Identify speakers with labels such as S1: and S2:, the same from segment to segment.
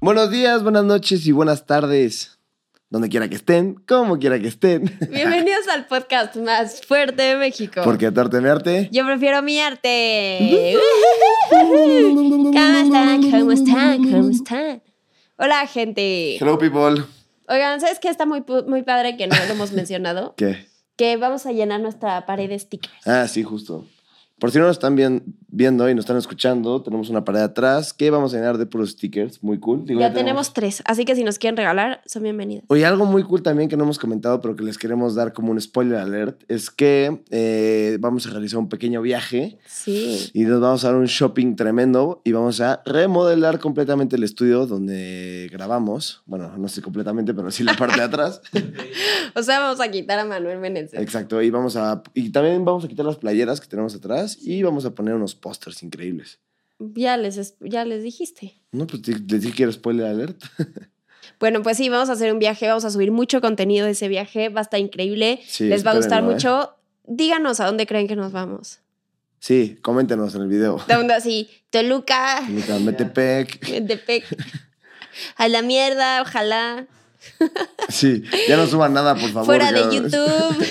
S1: Buenos días, buenas noches y buenas tardes. Donde quiera que estén, como quiera que estén.
S2: Bienvenidos al podcast más fuerte de México.
S1: Porque Torte mi arte.
S2: Yo prefiero mi arte. ¿Cómo están? ¿Cómo están? ¿Cómo están? Hola, gente.
S1: Hello, people.
S2: Oigan, ¿sabes qué está muy, pu- muy padre que no lo hemos mencionado?
S1: ¿Qué?
S2: Que vamos a llenar nuestra pared de stickers.
S1: Ah, sí, justo. Por si no nos están bien- viendo y nos están escuchando, tenemos una pared atrás que vamos a llenar de puros stickers. Muy cool. Digo,
S2: ya tenemos tres, así que si nos quieren regalar, son bienvenidos.
S1: Oye, algo muy cool también que no hemos comentado, pero que les queremos dar como un spoiler alert, es que eh, vamos a realizar un pequeño viaje
S2: Sí.
S1: y nos vamos a dar un shopping tremendo y vamos a remodelar completamente el estudio donde grabamos. Bueno, no sé completamente, pero sí la parte de atrás.
S2: O sea, vamos a quitar a Manuel Meneses.
S1: Exacto. Y vamos a y también vamos a quitar las playeras que tenemos atrás y vamos a poner unos pósters increíbles.
S2: Ya les, es- ya les dijiste.
S1: No, pues te- les dije que era spoiler alert.
S2: Bueno, pues sí, vamos a hacer un viaje, vamos a subir mucho contenido de ese viaje, va a estar increíble,
S1: Sí,
S2: les va a gustar
S1: espérenlo, ¿eh?
S2: mucho. Díganos a dónde creen que nos vamos.
S1: Sí, coméntenos en el video.
S2: De onda así, Toluca,
S1: Mica, Metepec.
S2: Metepec, a la mierda, ojalá,
S1: Sí, ya no suban nada, por favor.
S2: fuera de
S1: ya.
S2: YouTube.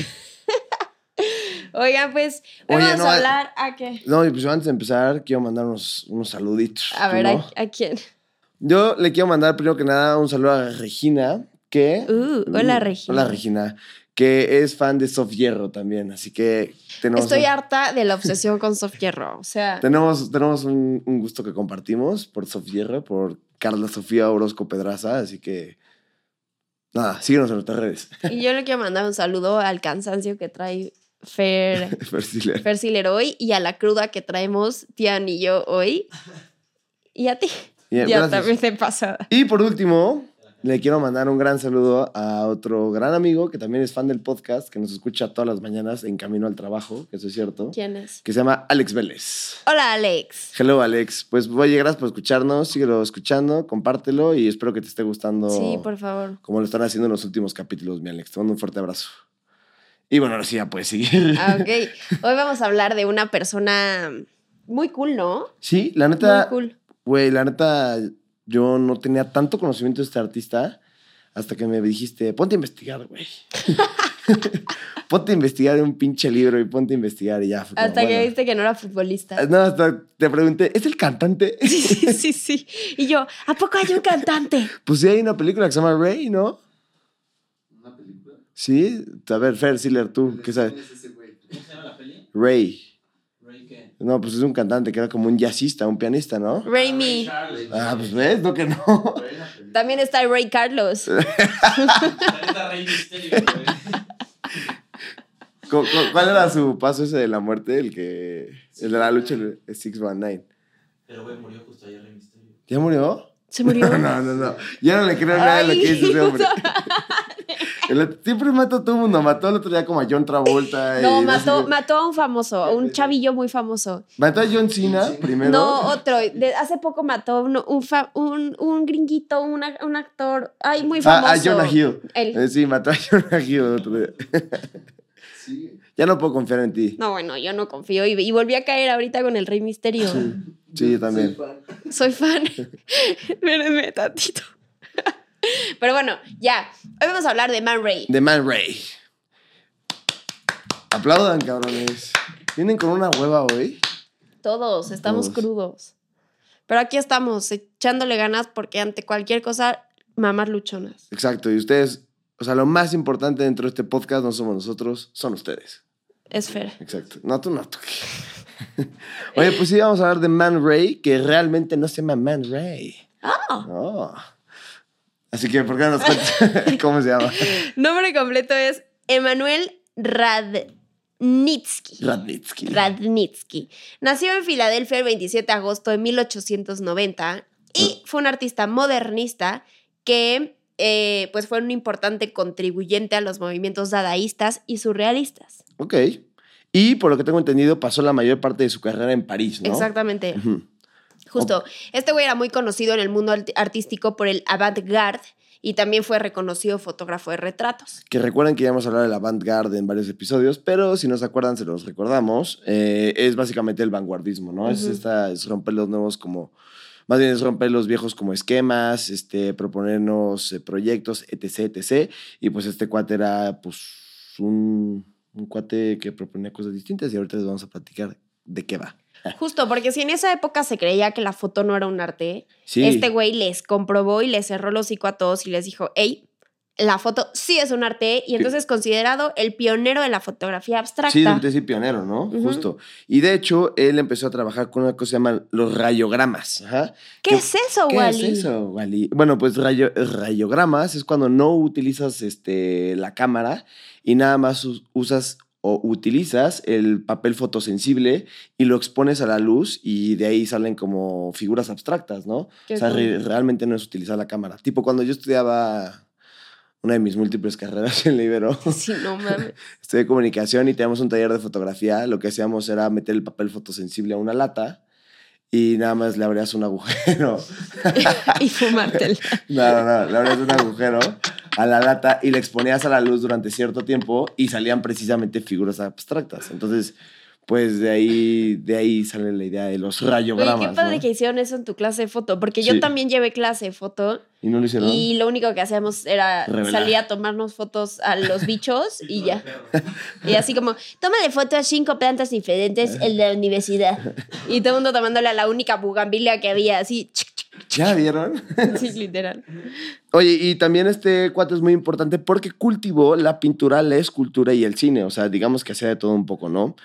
S2: Oigan, pues, hoy
S1: Oye,
S2: vamos
S1: no, eh.
S2: a
S1: a-
S2: hablar a qué.
S1: No, y pues antes de empezar, quiero mandar unos, unos saluditos.
S2: A
S1: ¿tú
S2: ver,
S1: no?
S2: a, a quién?
S1: Yo le quiero mandar primero que nada un saludo a Regina, que...
S2: Uh, hola,
S1: Mm,
S2: Regina.
S1: Hola, Regina, que es fan de Soft Hierro también, así que tenemos,
S2: Estoy
S1: un,
S2: harta de la obsesión con Soft Hierro, o sea,
S1: tenemos, tenemos un, un gusto que compartimos por Soft Hierro, por Carla Sofía Orozco Pedraza, así que... Nada, síguenos en nuestras redes.
S2: y yo le quiero mandar un saludo al cansancio que trae Fer
S1: Fer Stiller.
S2: Fer Siller hoy y a la cruda que traemos Tian y yo hoy. Y a ti.
S1: Bien,
S2: ya
S1: gracias.
S2: también de pasada.
S1: Y por último, le quiero mandar un gran saludo a otro gran amigo que también es fan del podcast, que nos escucha todas las mañanas en camino al trabajo, que eso es cierto,
S2: ¿Quién es?
S1: que se llama Alex Vélez.
S2: Hola, Alex.
S1: Hello Alex, pues voy a llegar por escucharnos, síguelo escuchando, compártelo y espero que te esté gustando
S2: Sí, por favor.
S1: como lo están haciendo en los últimos capítulos, mi Alex. Te mando un fuerte abrazo. Y bueno, ahora sí ya puedes seguir.
S2: Ah, ok. Hoy vamos a hablar de una persona muy cool, ¿no?
S1: Sí, la
S2: Muy
S1: neta,
S2: cool.
S1: Güey, la neta, yo no tenía tanto conocimiento de este artista hasta que me dijiste, ponte a investigar, güey. ponte a investigar en un pinche libro y ponte a investigar y ya. fue como,
S2: Hasta que
S1: bueno. Ah,
S2: viste que no era futbolista.
S1: No, hasta te pregunté, ¿es el cantante?
S2: Sí, sí, sí, sí. Y yo, ¿a poco hay un cantante?
S1: Pues sí, hay una película que se llama Ray, ¿no? ¿Una película? Sí, a ver, Fer Siller, tú, ¿qué sabes?
S3: ¿Cómo se llama la peli?
S1: Ray.
S3: Ray qué?
S1: No, pues es un cantante que era como un jazzista, un pianista, ¿no?
S2: Raimi.
S3: Charles.
S1: Ah, pues ves, no que no.
S2: También está Ray Carlos.
S3: Planeta Rey Misterio, güey.
S1: ¿Cu- cu- ¿Cuál era su paso ese de la muerte? El que. El de la lucha, el 619.
S3: Pero, güey, murió justo ayer Rey Misterio.
S1: ¿Ya murió?
S2: Se murió.
S1: No, no, no, no. Ya no le creo nada de lo que
S2: Ay,
S1: dice ese hombre.
S2: o
S1: El otro- siempre mata a todo el mundo. Mató al otro día como a John Travolta. y
S2: No,
S1: sé
S2: mató,
S1: qué.
S2: mató a un famoso, a un chavillo muy famoso.
S1: Mató a John Cena primero.
S2: No, otro. De- hace poco mató uno- un, fa- un, un gringuito, una- un actor. Ay, muy
S1: Ah,
S2: famoso.
S1: a Jonah Hill.
S2: Él.
S1: Eh, Sí, mató a Jonah Hill el otro día. Ya no puedo confiar en ti.
S2: No, bueno, yo no confío. Y, y volví a caer ahorita con el Rey Misterio.
S1: Sí, yo también.
S3: pues.
S2: Soy fan. Espérenme tantito. Pero bueno, ya. Hoy vamos a hablar de Man Ray.
S1: The Man Ray. Aplaudan, cabrones. Vienen con una hueva hoy.
S2: Todos estamos
S1: Todos.
S2: crudos. Pero aquí estamos, echándole ganas porque ante cualquier cosa, mamás luchonas.
S1: Exacto, y ustedes, o sea, lo más importante dentro de este podcast no somos nosotros, son ustedes.
S2: Es Fer.
S1: Exacto. No, tú no. tú. Oye, pues sí, vamos a hablar de Man Ray, que realmente no se llama Man Ray.
S2: Ah.
S1: No. Así que, ¿por qué no nos cuentas cómo se llama?
S2: Nombre completo es Emanuel Radnitsky.
S1: Radnitsky.
S2: Radnitsky. Nació en Filadelfia el 27 de agosto de 1890
S1: Ah.
S2: y fue un artista modernista que eh, pues fue un importante contribuyente a los movimientos dadaístas y surrealistas.
S1: ok. Y por lo que tengo entendido, pasó la mayor parte de su carrera en París, ¿no?
S2: Exactamente.
S1: Ujú.
S2: Justo. Este güey era muy conocido en el mundo arti- artístico por el avant-garde y también fue reconocido fotógrafo de retratos.
S1: Que recuerden que ya hemos hablado de la Vanguard en varios episodios, pero si no se acuerdan, se los recordamos. Eh, es básicamente el vanguardismo, ¿no? Es,
S2: Ujú.
S1: esta, es romper los nuevos como. Más bien es romper los viejos como esquemas, este, proponernos eh, proyectos, etc, etc. Y pues este cuate era pues un, un cuate que proponía cosas distintas y ahorita les vamos a platicar de qué va.
S2: Justo, porque si en esa época se creía que la foto no era un arte,
S1: Sí,
S2: este güey les comprobó y les cerró el hocico a todos y les dijo, hey, la foto sí es un arte y entonces es considerado el pionero de la fotografía abstracta.
S1: Sí, es decir, pionero, ¿no?
S2: Ujú.
S1: Justo. Y de hecho, él empezó a trabajar con una cosa que se llama los rayogramas. Ajá.
S2: ¿Qué es eso,
S1: ¿Qué
S2: Wally?
S1: es eso, Wally? Bueno, pues rayo- rayogramas es cuando no utilizas este, la cámara y nada más us- usas o utilizas el papel fotosensible y lo expones a la luz y de ahí salen como figuras abstractas, ¿no?
S2: Qué
S1: o sea,
S2: cool.
S1: re- realmente no es utilizar la cámara. Tipo, cuando yo estudiaba una de mis múltiples carreras en Libero,
S2: Sí, no mames.
S1: estudié comunicación y teníamos un taller de fotografía, lo que hacíamos era meter el papel fotosensible a una lata y nada más le abrías un agujero.
S2: y fumártela.
S1: No, no, no. Le abrías un agujero a la lata y la exponías a la luz durante cierto tiempo y salían precisamente figuras abstractas. Entonces, pues de ahí, de ahí sale la idea de los
S2: Oye,
S1: rayogramas.
S2: qué padre
S1: ¿no?
S2: que hicieron eso en tu clase de foto, porque
S1: Sí.
S2: yo también llevé clase de foto
S1: Y no lo hicieron.
S2: y lo único que hacíamos era
S1: Revelar.
S2: salir a tomarnos fotos a los bichos y ya.
S3: Perro.
S2: Y así como, tómale foto a cinco plantas diferentes en la universidad. Y todo el mundo tomándole a la única bugambilia que había, así, chic, chic,
S1: ¿Ya vieron?
S2: sí, literal.
S1: Oye, y también este cuate es muy importante porque cultivó la pintura, la escultura y el cine. O sea, digamos que hacía de todo un poco, ¿no?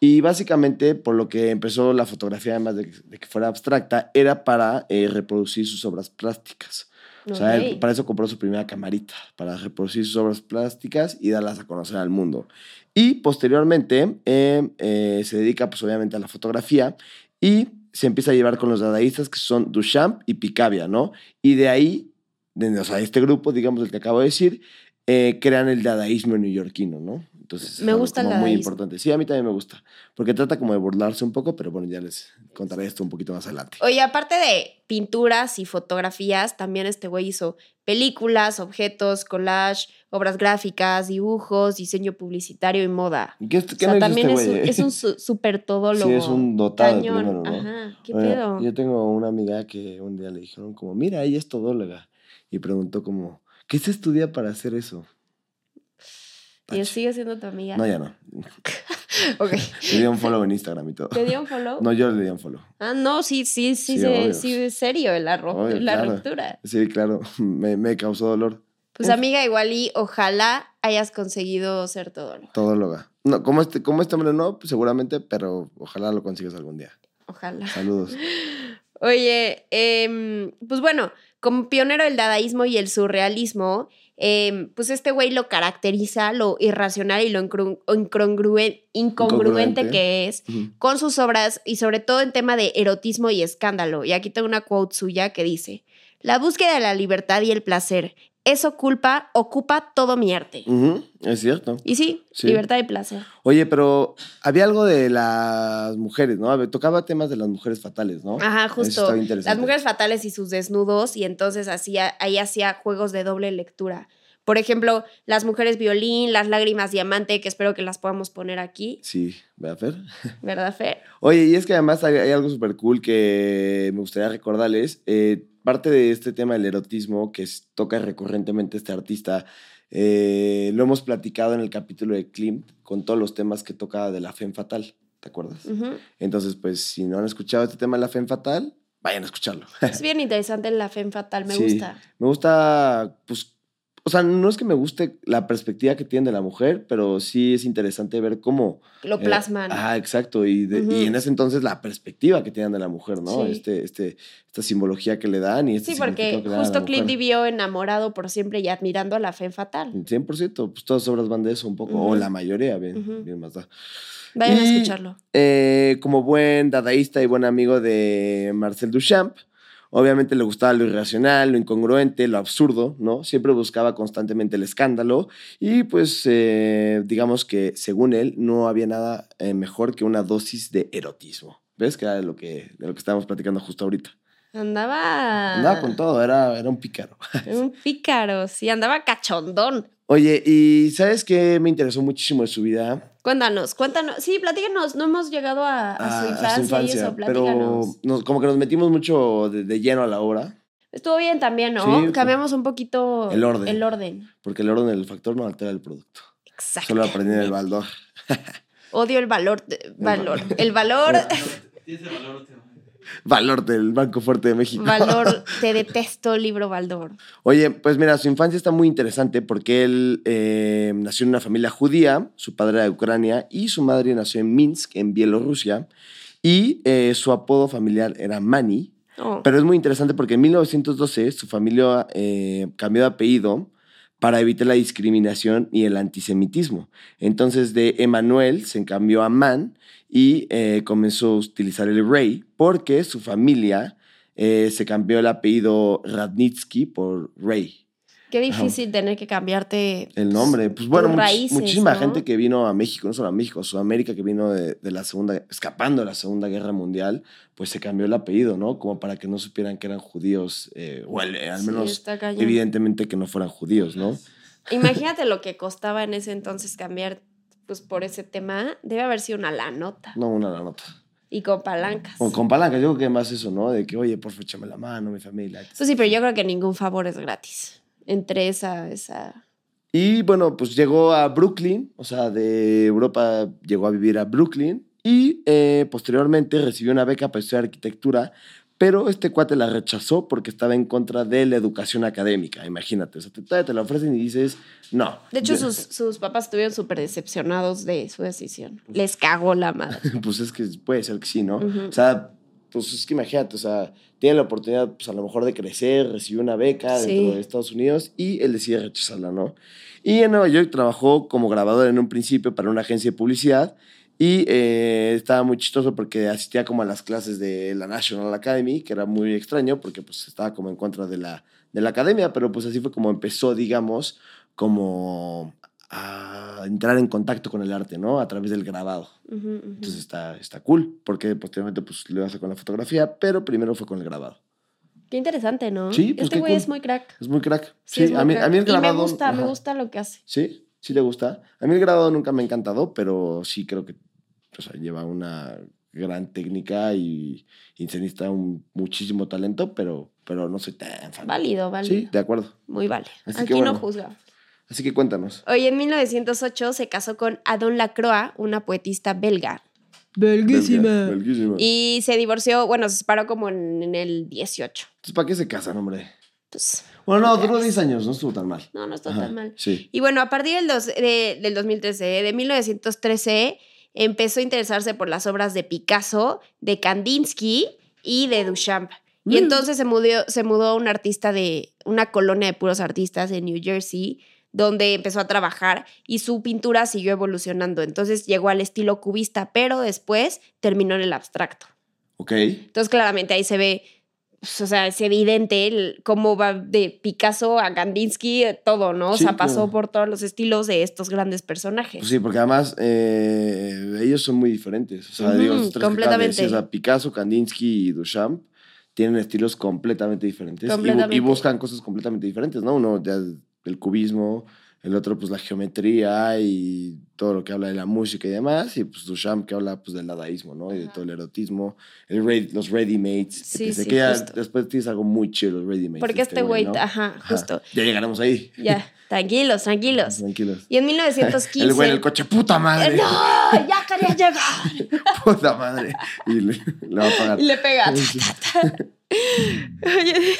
S1: Y básicamente, por lo que empezó la fotografía, además de que, de que fuera abstracta, era para eh, reproducir sus obras plásticas. O sea, él
S2: Ok.
S1: para eso compró su primera camarita, para reproducir sus obras plásticas y darlas a conocer al mundo. Y posteriormente eh, eh, se dedica, pues obviamente, a la fotografía y se empieza a llevar con los dadaístas que son Duchamp y Picabia, ¿no? Y de ahí, de, o sea, este grupo, digamos, el que acabo de decir, eh, crean el dadaísmo neoyorquino, ¿no? Entonces, es
S2: Me
S1: algo
S2: gusta el
S1: como muy
S2: dadaísmo.
S1: importante. Sí, a mí también me gusta, porque trata como de burlarse un poco, pero bueno, ya les contaré esto un poquito más adelante.
S2: Oye, aparte de pinturas y fotografías, también este güey hizo películas, objetos, collage, obras gráficas, dibujos, diseño publicitario y moda.
S1: ¿Qué, qué
S2: o sea,
S1: no hizo
S2: también
S1: este
S2: es, un,
S1: güey, eh?
S2: es un su- super todólogo.
S1: Sí, es un dotado
S2: Cañón.
S1: primero, ¿no?
S2: Ajá, qué
S1: Oye,
S2: pedo.
S1: Yo tengo una amiga que un día le dijeron como, mira, ella es todóloga. Y preguntó como, ¿qué se estudia para hacer eso?
S2: Y
S1: Tache.
S2: sigue siendo tu amiga.
S1: No, ya no.
S2: Ok.
S1: Le dio un follow en Instagram y todo.
S2: ¿Te dio un follow?
S1: No, yo le di un follow.
S2: Ah, no, sí, sí, sí,
S1: Sí,
S2: se-
S1: obvio.
S2: sí, es serio, la, ro-
S1: Obvio,
S2: la
S1: claro.
S2: ruptura.
S1: Sí, claro, me, me causó dolor.
S2: Pues
S1: Uf.
S2: amiga, igual y ojalá hayas conseguido ser todólogo.
S1: Todóloga. No, como este, como este hombre no, pues, seguramente, pero ojalá lo consigas algún día.
S2: Ojalá.
S1: Saludos.
S2: Oye, em, pues bueno, como pionero del dadaísmo y el surrealismo, em, pues este güey lo caracteriza lo irracional y lo incru- incongruen- incongruente
S1: Incongruente.
S2: que es con sus obras y sobre todo en tema de erotismo y escándalo. Y aquí tengo una quote suya que dice, la búsqueda de la libertad y el placer, eso culpa, ocupa todo mi arte.
S1: Ujú, es cierto.
S2: Y sí,
S1: Mm. Sí.
S2: libertad y placer.
S1: Oye, pero había algo de las mujeres, ¿no? A ver, tocaba temas de las mujeres fatales, ¿no?
S2: Ajá,
S1: Eso
S2: justo.
S1: estaba interesante.
S2: Las mujeres fatales y sus desnudos, y entonces hacía, ahí hacía juegos de doble lectura. Por ejemplo, las mujeres violín, las lágrimas diamante, que espero que las podamos poner aquí,
S1: Sí, ve a ver.
S2: ¿verdad, Fer?
S1: Oye, y es que además hay, hay algo súper cool que me gustaría recordarles. Eh, parte de este tema del erotismo que es- toca recurrentemente este artista, eh, lo hemos platicado en el capítulo de Klimt con todos los temas que toca de la Femme Fatal, ¿te acuerdas?
S2: Ujú.
S1: Entonces, pues si no han escuchado este tema de la Femme Fatal, vayan a escucharlo.
S2: Es bien interesante la fe fatal, me
S1: Sí.
S2: gusta.
S1: Me gusta, pues, o sea, no es que me guste la perspectiva que tiene de la mujer, pero sí es interesante ver cómo...
S2: Lo
S1: Eh,
S2: plasman.
S1: ah, exacto. Y, de-
S2: Ujú.
S1: y en ese entonces la perspectiva que tienen de la mujer, ¿no?
S2: Sí.
S1: Este, este, esta simbología que le dan y este
S2: sí, porque
S1: significado que le dan a la
S2: justo Clint
S1: mujer.
S2: vivió enamorado por siempre y admirando a la fe fatal.
S1: 100%, pues todas las obras van de eso un poco,
S2: Ujú.
S1: o la mayoría, bien,
S2: Ujú.
S1: bien más da.
S2: Vayan a
S1: Y-
S2: escucharlo.
S1: Eh, como buen dadaísta y buen amigo de Marcel Duchamp, obviamente le gustaba lo irracional, lo incongruente, lo absurdo, ¿no? Siempre buscaba constantemente el escándalo y pues eh, digamos que según él no había nada eh, mejor que una dosis de erotismo. ¿Ves? Que era de lo que, de lo que estábamos platicando justo ahorita.
S2: Andaba.
S1: Andaba con todo, era, era un pícaro.
S2: Un pícaro, sí, andaba cachondón.
S1: Oye, ¿y sabes qué me interesó muchísimo de su vida?
S2: Cuéntanos, cuéntanos. Sí, platícanos. No hemos llegado a,
S1: Ah,
S2: a su infancia, y eso,
S1: pero
S2: platícanos.
S1: nos- como que nos metimos mucho de, de lleno a la obra,
S2: Estuvo bien también, ¿no?
S1: Sí, pues,
S2: Cambiamos un poquito
S1: el orden.
S2: El orden.
S1: porque el orden del factor no altera el producto.
S2: Exacto.
S1: Solo aprendí en el baldor.
S2: Odio el valor. de- valor.
S1: valor.
S2: El valor.
S3: Tienes el valor, te va.
S1: Valor del Banco Fuerte de México.
S2: valor. Te detesto, libro Valdor.
S1: Oye, pues mira, su infancia está muy interesante porque él eh, nació en una familia judía, su padre era de Ucrania y su madre nació en Minsk, en Bielorrusia, y eh, su apodo familiar era Mani.
S2: No.
S1: Pero es muy interesante porque en 1912 su familia eh, cambió de apellido para evitar la discriminación y el antisemitismo. Entonces de Emanuel se cambió a Man y eh, comenzó a utilizar el Rey porque su familia eh, se cambió el apellido Radnitsky por Rey.
S2: Qué difícil tener que cambiarte.
S1: El nombre. Pues bueno,
S2: Tus
S1: much-
S2: raíces,
S1: muchísima
S2: ¿no?
S1: gente que vino a México, no solo a México, a Sudamérica, que vino de, de la segunda, escapando de la Segunda Guerra Mundial, pues se cambió el apellido, ¿no? Como para que no supieran que eran judíos, eh, o al, eh, al
S2: Sí,
S1: menos
S2: está cañón.
S1: evidentemente que no fueran judíos, Pues, ¿no?
S2: Imagínate lo que costaba en ese entonces cambiar, pues por ese tema. Debe haber sido una lanota.
S1: No, una la nota.
S2: Y con palancas.
S1: O con palanca, yo creo que más eso, ¿no? De que, oye, por favor, échame la mano, mi familia. etc.
S2: Eso Pues sí, pero yo creo que ningún favor es gratis. Entre esa, esa.
S1: Y bueno, pues llegó a Brooklyn, o sea, de Europa llegó a vivir a Brooklyn y eh, posteriormente recibió una beca para estudiar arquitectura, pero este cuate la rechazó porque estaba en contra de la educación académica, imagínate, o sea, te, todavía te la ofrecen y dices, no.
S2: De hecho,
S1: Yo-
S2: sus, sus papás estuvieron súper decepcionados de su decisión. Les cagó la madre.
S1: Pues es que puede ser que sí, ¿no?
S2: Ujú.
S1: O sea, pues es que imagínate, o sea, tiene la oportunidad, pues a lo mejor de crecer, recibió una beca
S2: Sí.
S1: dentro de Estados Unidos y él decide rechazarla, ¿no? Y en Nueva York trabajó como grabador en un principio para una agencia de publicidad y eh, estaba muy chistoso porque asistía como a las clases de la National Academy, que era muy extraño porque pues estaba como en contra de la, de la academia, pero pues así fue como empezó, digamos, como a entrar en contacto con el arte, ¿no? A través del grabado.
S2: Ujú, ujú.
S1: Entonces está, está cool, porque posteriormente pues lo hace con la fotografía, pero primero fue con el grabado.
S2: Qué interesante, ¿no?
S1: Sí, pues,
S2: este
S1: qué
S2: güey
S1: cool.
S2: es muy crack.
S1: Es muy crack.
S2: Sí,
S1: Sí,
S2: es muy
S1: a, mí,
S2: crack.
S1: a mí el
S2: Y
S1: grabado...
S2: me gusta, me
S1: ajá.
S2: gusta lo que hace.
S1: Sí, sí le gusta. A mí el grabado nunca me ha encantado, pero sí creo que o sea, lleva una gran técnica y, y se necesita un muchísimo talento, pero, pero no soy tan fan.
S2: Válido, válido.
S1: Sí, de acuerdo.
S2: Muy vale.
S1: Así que
S2: Aquí
S1: bueno.
S2: no juzga.
S1: Así que cuéntanos.
S2: Hoy en 1908 se casó con Adon Lacroix, una poetista belga,
S1: Belguísima. Belguísima.
S2: y se divorció, bueno, se separó como en, en el 18.
S1: Entonces, ¿Para qué se casan, hombre?
S2: Pues,
S1: Bueno, no,
S2: Ya
S1: duró
S2: ves.
S1: 10 años, no estuvo tan mal.
S2: no, no está
S1: Ajá,
S2: tan mal.
S1: Sí.
S2: Y bueno, a partir del, dos- de- del 2013, eh, de 1913, empezó a interesarse por las obras de Picasso, de Kandinsky y de Duchamp. Y
S1: Mm.
S2: entonces se mudó, se mudó a un artista de una colonia de puros artistas en New Jersey, donde empezó a trabajar y su pintura siguió evolucionando. Entonces llegó al estilo cubista, pero después terminó en el abstracto.
S1: Ok.
S2: Entonces, claramente ahí se ve, pues, o sea, es evidente el- cómo va de Picasso a Kandinsky, eh, todo, ¿no? O
S1: Sí,
S2: sea, pasó
S1: claro.
S2: por todos los estilos de estos grandes personajes.
S1: Pues sí, porque además eh, ellos son muy diferentes. O sea,
S2: Ujú,
S1: digo, esos tres que acabas de
S2: completamente.
S1: decir, o sea, Picasso, Kandinsky y Duchamp tienen estilos completamente diferentes y bu-
S2: Completamente.
S1: Y, buscan cosas completamente diferentes, ¿no? Uno ya el cubismo, el otro pues la geometría y todo lo que habla de la música y demás, y pues Duchamp que habla pues del dadaísmo, ¿no? Y de
S2: Ajá.
S1: todo el erotismo, el re- los ready-mates.
S2: Sí,
S1: etc.,
S2: sí,
S1: que ya
S2: justo.
S1: después tienes algo muy chido, los ready-mates.
S2: Porque
S1: de
S2: este güey,
S1: ¿no?
S2: ajá,
S1: Ajá.
S2: justo.
S1: Ya llegaremos ahí.
S2: Ya, tranquilos, tranquilos.
S1: Tranquilos.
S2: Y en 1915...
S1: El güey en el coche, puta madre.
S2: ¡Eh, ¡No! ¡Ya quería llegar!
S1: puta madre. Y le, le va a pagar.
S2: Y le pega.
S1: Sí.
S2: Oye,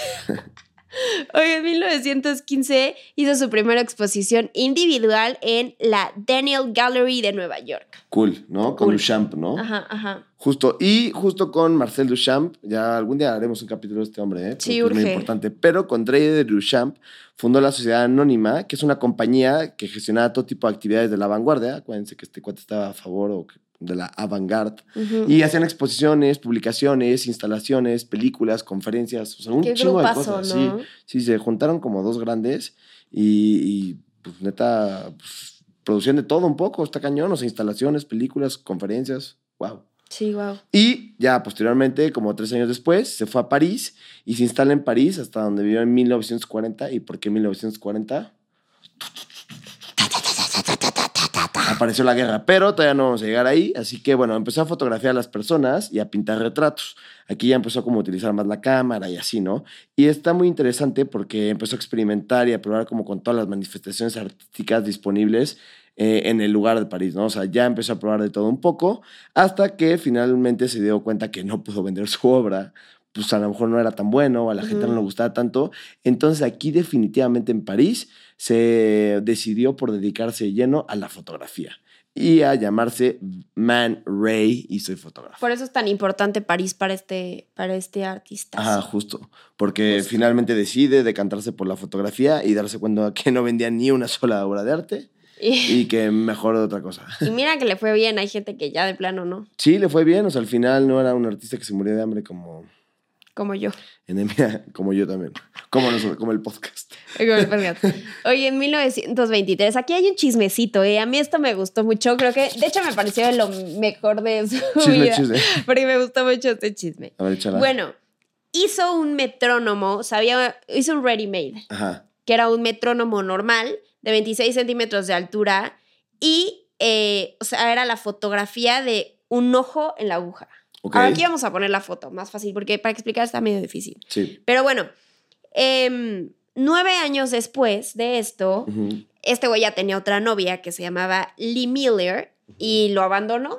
S2: oye, en 1915 hizo su primera exposición individual en la Daniel Gallery de Nueva York.
S1: Cool, ¿no? Con
S2: Cool.
S1: Duchamp, ¿no?
S2: Ajá, ajá.
S1: Justo. Y justo con Marcel Duchamp, ya algún día haremos un capítulo de este hombre, ¿eh? Porque
S2: Sí,
S1: es muy
S2: urge.
S1: importante. Pero con Dre Duchamp fundó la Sociedad Anónima, que es una compañía que gestionaba todo tipo de actividades de la vanguardia. Acuérdense que este cuate estaba a favor o que- de la avant-garde.
S2: Ujú.
S1: Y hacían exposiciones, publicaciones, instalaciones, películas, conferencias, o sea, un
S2: Qué
S1: chingo de
S2: grupazo,
S1: cosas. Sí,
S2: ¿no?
S1: Sí, se juntaron como dos grandes y, y, pues neta, pues, producción de todo un poco, está cañón, o sea, instalaciones, películas, conferencias, wow.
S2: Sí, wow.
S1: Y ya posteriormente, como tres años después, se fue a París y se instala en París hasta donde vivió en 1940. ¿Y por qué 1940? Apareció la guerra, pero todavía no vamos a llegar ahí. Así que bueno, empezó a fotografiar a las personas y a pintar retratos. Aquí ya empezó como a utilizar más la cámara y así, ¿no? Y está muy interesante porque empezó a experimentar y a probar como con todas las manifestaciones artísticas disponibles eh, en el lugar de París, ¿no? O sea, ya empezó a probar de todo un poco, hasta que finalmente se dio cuenta que no pudo vender su obra, pues a lo mejor no era tan bueno, a la gente no
S2: Ujú.
S1: le gustaba tanto. Entonces aquí definitivamente en París se decidió por dedicarse de lleno a la fotografía y a llamarse Man Ray y soy fotógrafo.
S2: Por eso es tan importante París para este, para este artista.
S1: Ajá, justo, porque
S2: Justo.
S1: finalmente decide decantarse por la fotografía y darse cuenta que no vendía ni una sola obra de arte
S2: Y,
S1: y que mejor de otra cosa.
S2: y mira que le fue bien, hay gente que ya de plano no,
S1: Sí, le fue bien. O sea, al final no era un artista que se murió de hambre como
S2: como yo.
S1: Enemia, como yo también. Como nosotros, como el podcast.
S2: Como el podcast. Oye, en 1923, aquí hay un chismecito, ¿eh? A mí esto me gustó mucho, creo que, de hecho, me pareció de lo mejor de su
S1: Chisme,
S2: vida.
S1: chisme.
S2: Porque me gustó mucho este chisme.
S1: A ver, échala.
S2: Bueno, hizo un metrónomo, sabía, hizo un ready-made,
S1: Ajá.
S2: que era un metrónomo normal de 26 centímetros de altura y, eh, o sea, era la fotografía de un ojo en la aguja.
S1: Ok.
S2: Ahora aquí vamos a poner la foto, más fácil, porque para explicar está medio difícil.
S1: Sí.
S2: Pero bueno, em, nueve años después de esto,
S1: Ujú.
S2: este güey ya tenía otra novia que se llamaba Lee Miller y lo abandonó.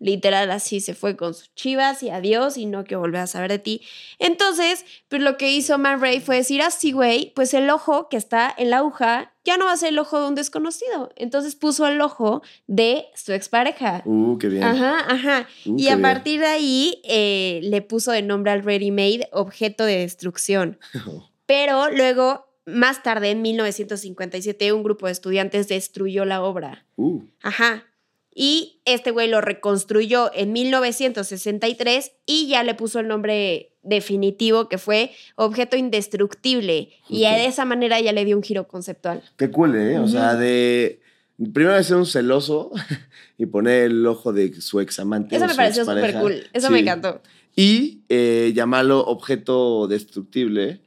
S2: Literal, así se fue con sus chivas y adiós y no que volver a saber de ti. Entonces, pues lo que hizo Man Ray fue decir así, güey, pues el ojo que está en la aguja ya no va a ser el ojo de un desconocido. Entonces puso el ojo de su expareja.
S1: Uh, qué bien.
S2: Ajá, ajá.
S1: Uh,
S2: Y
S1: qué
S2: a
S1: bien.
S2: partir de ahí eh, le puso de nombre al Ready Made objeto de destrucción. Pero luego, más tarde, en 1957, un grupo de estudiantes destruyó la obra.
S1: Uh,
S2: Ajá. Y este güey lo reconstruyó en 1963 y ya le puso el nombre definitivo que fue objeto indestructible. Y
S1: Justo.
S2: de esa manera ya le dio un giro conceptual.
S1: qué cool, ¿eh? O sea,
S2: Ujú.
S1: de. Primero de ser un celoso y poner el ojo de su ex amante.
S2: Eso
S1: o
S2: me
S1: su
S2: pareció súper
S1: expareja.
S2: cool. Eso
S1: Sí.
S2: me encantó.
S1: Y eh, llamarlo objeto destructible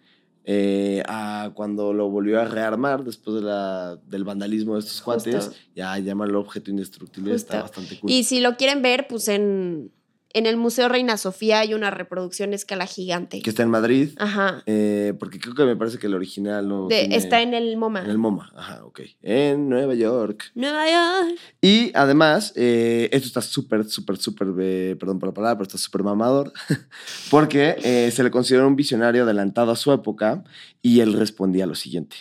S1: eh, a cuando lo volvió a rearmar después de la, del vandalismo de estos
S2: Justo.
S1: cuates. Ya llamarlo objeto indestructible está
S2: Justo.
S1: bastante cool.
S2: Y si lo quieren ver, pues en, en el Museo Reina Sofía hay una reproducción a escala gigante.
S1: Que está en Madrid.
S2: Ajá.
S1: Eh, porque creo que me parece que el original no.
S2: De-
S1: Oh, tiene-
S2: está en el MoMA.
S1: en el MoMA. Ajá, ok. En Nueva York.
S2: Nueva York.
S1: Y además, eh, esto está súper, súper, súper, eh, perdón por la palabra, pero está súper mamador, porque eh, se le consideró un visionario adelantado a su época y él respondía lo siguiente.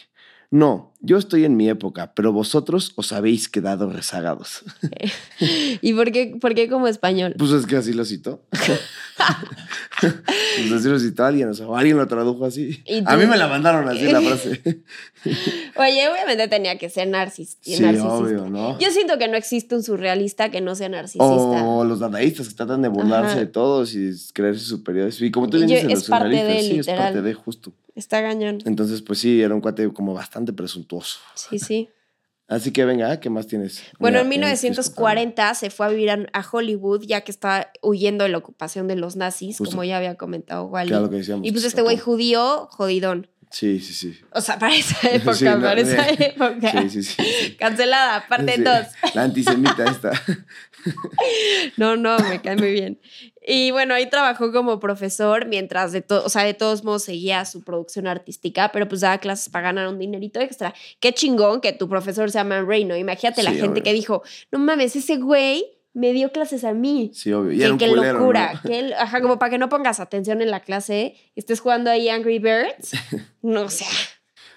S1: No, yo estoy en mi época, pero vosotros os habéis quedado rezagados.
S2: ¿Y por qué, por qué como español?
S1: Pues es que así lo citó. pues así lo citó alguien, o sea, o alguien lo tradujo así.
S2: ¿Y
S1: A
S2: tú?
S1: mí me la mandaron así la frase.
S2: Oye, obviamente tenía que ser narcis
S1: Sí,
S2: narcisista.
S1: obvio, ¿no?
S2: Yo siento que no existe un surrealista que no sea narcisista.
S1: O los dadaístas que tratan de burlarse
S2: Ajá.
S1: de todos y creerse superiores. Y como tú
S2: Y
S1: bien
S2: yo-
S1: dices,
S2: es
S1: los
S2: parte de,
S1: surrealistas, sí, es
S2: literal.
S1: parte de justo.
S2: Está gañón.
S1: Entonces, pues sí, era un cuate como bastante presuntuoso.
S2: Sí, sí.
S1: Así que venga, ¿qué más tienes?
S2: Bueno,
S1: Mira,
S2: en
S1: eh,
S2: 1940 se fue a vivir a, a Hollywood ya que estaba huyendo de la ocupación de los nazis,
S1: Justo.
S2: como ya había comentado Wally.
S1: Claro que decíamos.
S2: y pues
S1: que
S2: este güey
S1: escapó.
S2: judío, jodidón.
S1: Sí, sí, sí.
S2: O sea, para esa época,
S1: Sí, no,
S2: para esa
S1: eh,
S2: época.
S1: Sí, sí, sí.
S2: Cancelada, parte
S1: Sí.
S2: 2.
S1: La antisemita esta.
S2: No, no, me cae muy bien. Y bueno, ahí trabajó como profesor mientras de todo, o sea, de todos modos seguía su producción artística, pero pues daba clases para ganar un dinerito extra. Qué chingón que tu profesor sea Man Ray, ¿no? Imagínate la
S1: Sí,
S2: gente
S1: obvio.
S2: que dijo, no mames, ese güey me dio clases a mí.
S1: Sí, obvio. Y
S2: Qué,
S1: era un
S2: qué
S1: culero, ¿no?
S2: locura. qué- ajá, como para que no pongas atención en la clase, estés jugando ahí Angry Birds. No, o sea,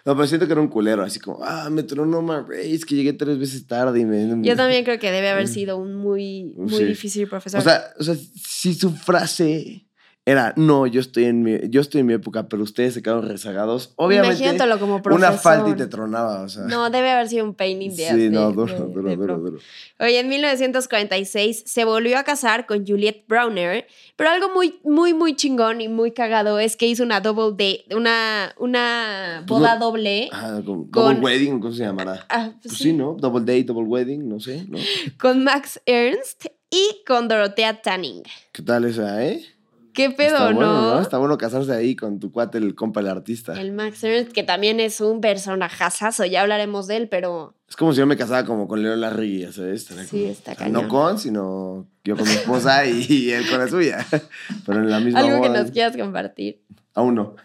S1: No, pero siento que era un culero, así como, ah, me tronó Man Ray, es que llegué tres veces tarde y me...
S2: yo también creo que debe haber sido un muy,
S1: Mm.
S2: muy
S1: Sí.
S2: difícil profesor.
S1: O sea, o sea, si su frase era, no, yo estoy en mi, yo estoy en mi época, pero ustedes se quedaron rezagados, obviamente
S2: Imagínatelo como profesor.
S1: una falta y te tronaba, o sea.
S2: No, debe haber sido un pain in the ass
S1: sí,
S2: de-
S1: no,
S2: de-
S1: duro,
S2: de
S1: duro, duro,
S2: pro.
S1: duro.
S2: Oye, en 1946 se volvió a casar con Juliette Browner, pero algo muy, muy, muy chingón y muy cagado es que hizo una double date, una, una
S1: Pues
S2: boda
S1: no-
S2: doble.
S1: Ajá, con,
S2: Con-
S1: Double Wedding, ¿cómo se llamará?
S2: Ah, pues
S1: Pues
S2: sí,
S1: sí, ¿no? Double Date, Double Wedding, no sé, ¿no?
S2: Con Max Ernst y con Dorotea Tanning.
S1: ¿Qué tal esa, eh?
S2: ¿Qué pedo,
S1: Está
S2: no?
S1: bueno, Está bueno casarse ahí con tu cuate, el compa, el artista.
S2: El Max Ernst, que también es un personajazazo, ya hablaremos de él, pero
S1: Es como si yo me casara como con Leo Larry, ya sabes. Estaría
S2: Sí,
S1: como-
S2: está
S1: o sea,
S2: cañón.
S1: No con, sino yo con mi esposa y, y él con la suya. Pero en la misma
S2: algo que
S1: boda.
S2: nos quieras compartir.
S1: Aún no.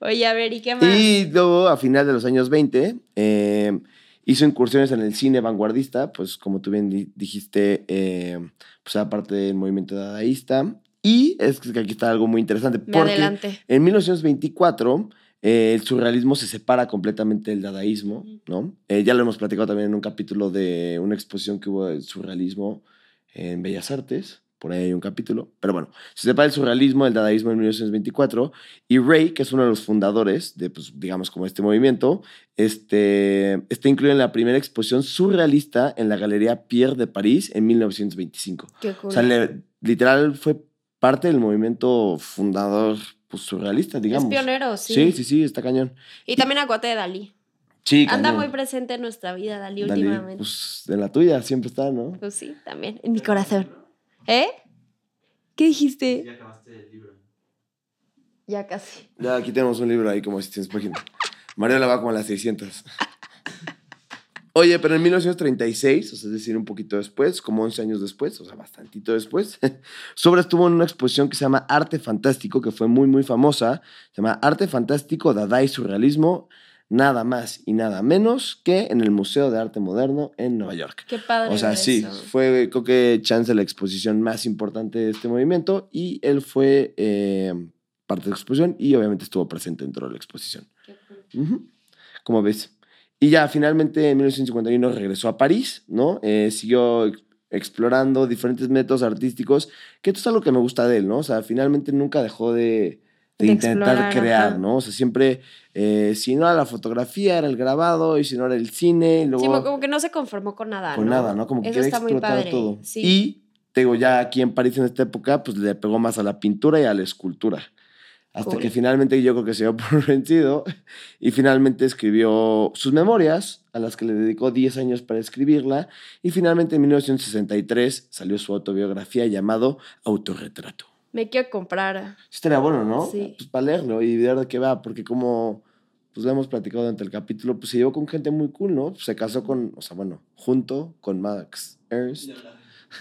S2: Oye, a ver, ¿y qué más?
S1: Y luego, a final de los años 20, eh, hizo incursiones en el cine vanguardista, pues como tú bien di- dijiste, eh, pues era parte del movimiento dadaísta. Y es que aquí está algo muy interesante,
S2: Me
S1: porque
S2: adelante.
S1: en 1924 eh, el surrealismo se separa completamente del dadaísmo,
S2: Ujú.
S1: ¿no? Eh, ya lo hemos platicado también en un capítulo de una exposición que hubo del surrealismo en Bellas Artes, por ahí hay un capítulo, pero bueno, se separa el surrealismo del dadaísmo en 1924 y Ray, que es uno de los fundadores de, pues, digamos, como este movimiento, este, está incluido en la primera exposición surrealista en la Galería Pierre de París en 1925.
S2: Qué cool.
S1: O sea, le- literal fue parte del movimiento fundador pues, surrealista, digamos.
S2: es pionero, sí.
S1: sí. sí, sí, está cañón.
S2: Y también acuate de Dalí.
S1: Sí,
S2: Anda
S1: cañón.
S2: muy presente en nuestra vida, Dalí,
S1: Dale,
S2: últimamente. Pues,
S1: Pues en la tuya siempre está, ¿no?
S2: sí, también, en mi corazón. ¿Eh? ¿Qué dijiste?
S3: Ya acabaste el libro.
S2: Ya casi.
S1: Ya, aquí tenemos un libro ahí como 600 páginas. Mariela va como a las 600. Oye, pero en 1936, o sea, es decir, un poquito después, como 11 años después, o sea, bastantito después, Sobra estuvo en una exposición que se llama Arte Fantástico, que fue muy, muy famosa. Se llama Arte Fantástico, Dada y Surrealismo, nada más y nada menos que en el Museo de Arte Moderno en Nueva York.
S2: Qué padre.
S1: O sea,
S2: ver
S1: sí,
S2: eso.
S1: fue creo que Chance la exposición más importante de este movimiento y él fue eh, parte de la exposición y obviamente estuvo presente dentro de la exposición.
S2: Qué cool.
S1: Ujú. Como ves. Y ya finalmente en 1951 regresó a París, ¿no? Eh, siguió ex- explorando diferentes métodos artísticos, que esto es algo que me gusta de él, ¿no? O sea, finalmente nunca dejó de, de
S2: De
S1: intentar
S2: explorar,
S1: crear,
S2: ajá.
S1: ¿no? O sea, siempre, eh, si no era la fotografía, era el grabado, y si no era el cine, y luego
S2: Sí, como que no se conformó con nada.
S1: con
S2: ¿no?
S1: nada, ¿no? Como que
S2: Eso
S1: quería
S2: está muy
S1: explotar
S2: padre,
S1: todo.
S2: sí.
S1: Y te digo, ya aquí en París en esta época, pues le pegó más a la pintura y a la escultura. Hasta
S2: Cool.
S1: que finalmente yo creo que se dio por vencido y finalmente escribió sus memorias, a las que le dedicó 10 años para escribirla. Y finalmente en 1963 salió su autobiografía llamado Autorretrato.
S2: Me quiero comprar.
S1: Sí, estaría bueno, ¿no?
S2: Sí.
S1: Pues para leerlo y ver de qué va, porque como pues lo hemos platicado durante el capítulo, pues se llevó con gente muy cool, ¿no? se casó con, o sea, bueno, junto con Max Ernst.
S3: Ya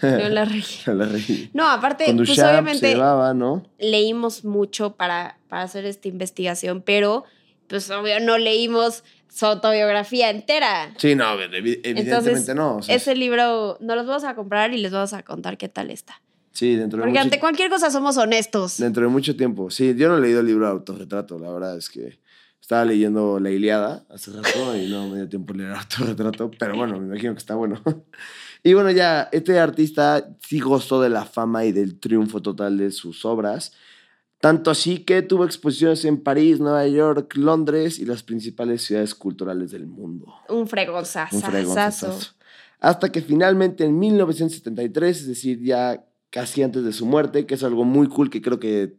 S3: la-
S2: No la regué.
S1: La reí.
S2: No, aparte,
S1: con
S2: pues
S1: Duchamp se
S2: obviamente
S1: llevaba, ¿no?
S2: leímos mucho para, para hacer esta investigación, pero pues obvio no leímos su autobiografía entera.
S1: Sí, no, evi- evidentemente
S2: Entonces,
S1: no. o sea,
S2: Ese libro no los vamos a comprar y les vamos a contar qué tal está.
S1: sí, dentro de,
S2: Porque
S1: mucho,
S2: ante cualquier cosa somos honestos.
S1: dentro de mucho tiempo. Sí, yo no he leído el libro de autorretrato, la verdad es que estaba leyendo La Iliada hace rato y no me dio tiempo de leer autorretrato, pero bueno, me imagino que está bueno. Y bueno, ya, este artista sí gozó de la fama y del triunfo total de sus obras. Tanto así que tuvo exposiciones en París, Nueva York, Londres y las principales ciudades culturales del mundo.
S2: Un
S1: Un
S2: fregonzazazo.
S1: fregonzazo. Hasta que finalmente en 1973, es decir, ya casi antes de su muerte, que es algo muy cool que creo que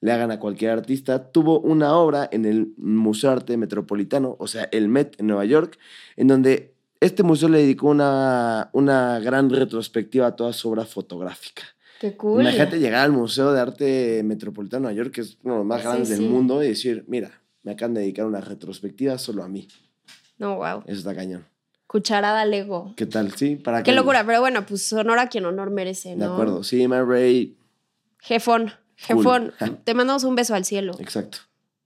S1: le hagan a cualquier artista, tuvo una obra en el Museo de Arte Metropolitano, o sea, el Met en Nueva York, en donde este museo le dedicó una, una gran retrospectiva a toda su obra fotográfica.
S2: Qué cool.
S1: Imagínate llegar al Museo de Arte Metropolitano de Nueva York, que es uno de los más
S2: Sí,
S1: grandes
S2: sí.
S1: del mundo, y decir, mira, me acaban de dedicar una retrospectiva solo a mí.
S2: No, wow.
S1: Eso está cañón.
S2: Cucharada Lego.
S1: ¿Qué tal? Sí, para
S2: Qué
S1: que-
S2: locura, pero bueno, pues honor a quien honor merece,
S1: De
S2: Eh, ¿no?
S1: acuerdo, sí, Man Ray.
S2: Jefón,
S1: Cool.
S2: jefón, te mandamos un beso al cielo.
S1: Exacto.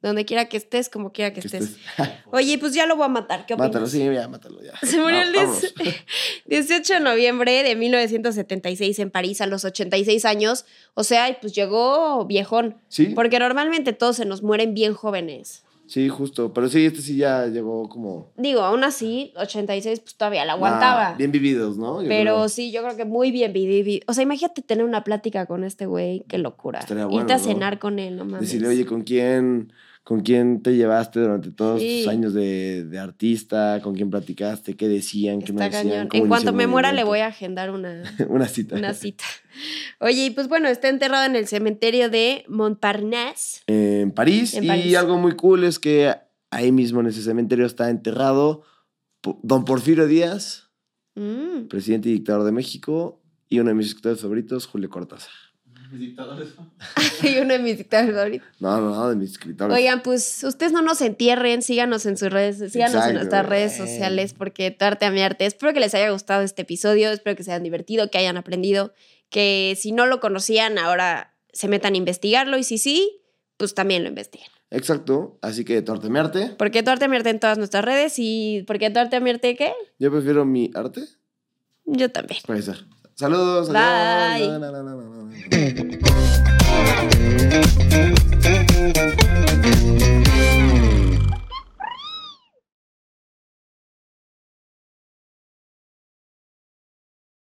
S2: Donde quiera que estés, como quiera que,
S1: que
S2: estés.
S1: estés-
S2: Oye, pues ya lo voy a matar. ¿Qué opinas?
S1: Mátalo, sí, ya, mátalo ya.
S2: Se murió
S1: Va-
S2: el
S1: vámonos.
S2: 10 18 de noviembre de 1976 en París a los 86 años. O sea, y pues llegó viejón.
S1: Sí,
S2: Porque normalmente todos se nos mueren bien jóvenes.
S1: sí, justo. Pero sí, este sí ya llegó como.
S2: Digo, aún así, 86 pues todavía la aguantaba.
S1: Ah, bien vividos, ¿no? Yo
S2: pero
S1: creo.
S2: sí, yo creo que muy bien viví. O sea, imagínate tener una plática con este güey. Qué locura.
S1: Estaría
S2: Irte
S1: bueno,
S2: a
S1: ¿no?
S2: cenar con él, no mames.
S1: Decirle, oye, ¿con quién, ¿con quién te llevaste durante todos
S2: Sí.
S1: tus años de, de artista? ¿Con quién platicaste? ¿Qué decían? ¿Qué no
S2: Está
S1: decían?
S2: cañón. En cuanto me muera le voy
S1: a.
S2: a agendar una,
S1: Una cita.
S2: una cita. Oye, y pues bueno, está enterrado en el cementerio de Montparnasse.
S1: en París.
S2: En
S1: y
S2: París.
S1: algo muy cool es que ahí mismo en ese cementerio está enterrado po- don Porfirio Díaz,
S2: Mm.
S1: presidente y dictador de México, y uno de mis escritores favoritos, Julio Cortázar.
S3: Mis dictadores.
S2: Y uno de mis dictadores.
S1: No, no, no, de mis escritores.
S2: Oigan, pues ustedes no nos entierren, síganos en sus redes, síganos en
S1: Exacto,
S2: nuestras
S1: güey.
S2: redes sociales, porque tu arte a mi arte. Espero que les haya gustado este episodio, espero que se hayan divertido, que hayan aprendido, que si no lo conocían, ahora se metan a investigarlo y si sí, pues también lo investiguen.
S1: Exacto, así que torte mi arte.
S2: Porque tu arte a mi arte en todas nuestras redes y porque tu arte a mi arte qué?
S1: Yo prefiero mi arte.
S2: Yo también.
S1: Puede ser. Saludos.
S2: Bye.
S1: adiós. Na, na, na, na, na, na.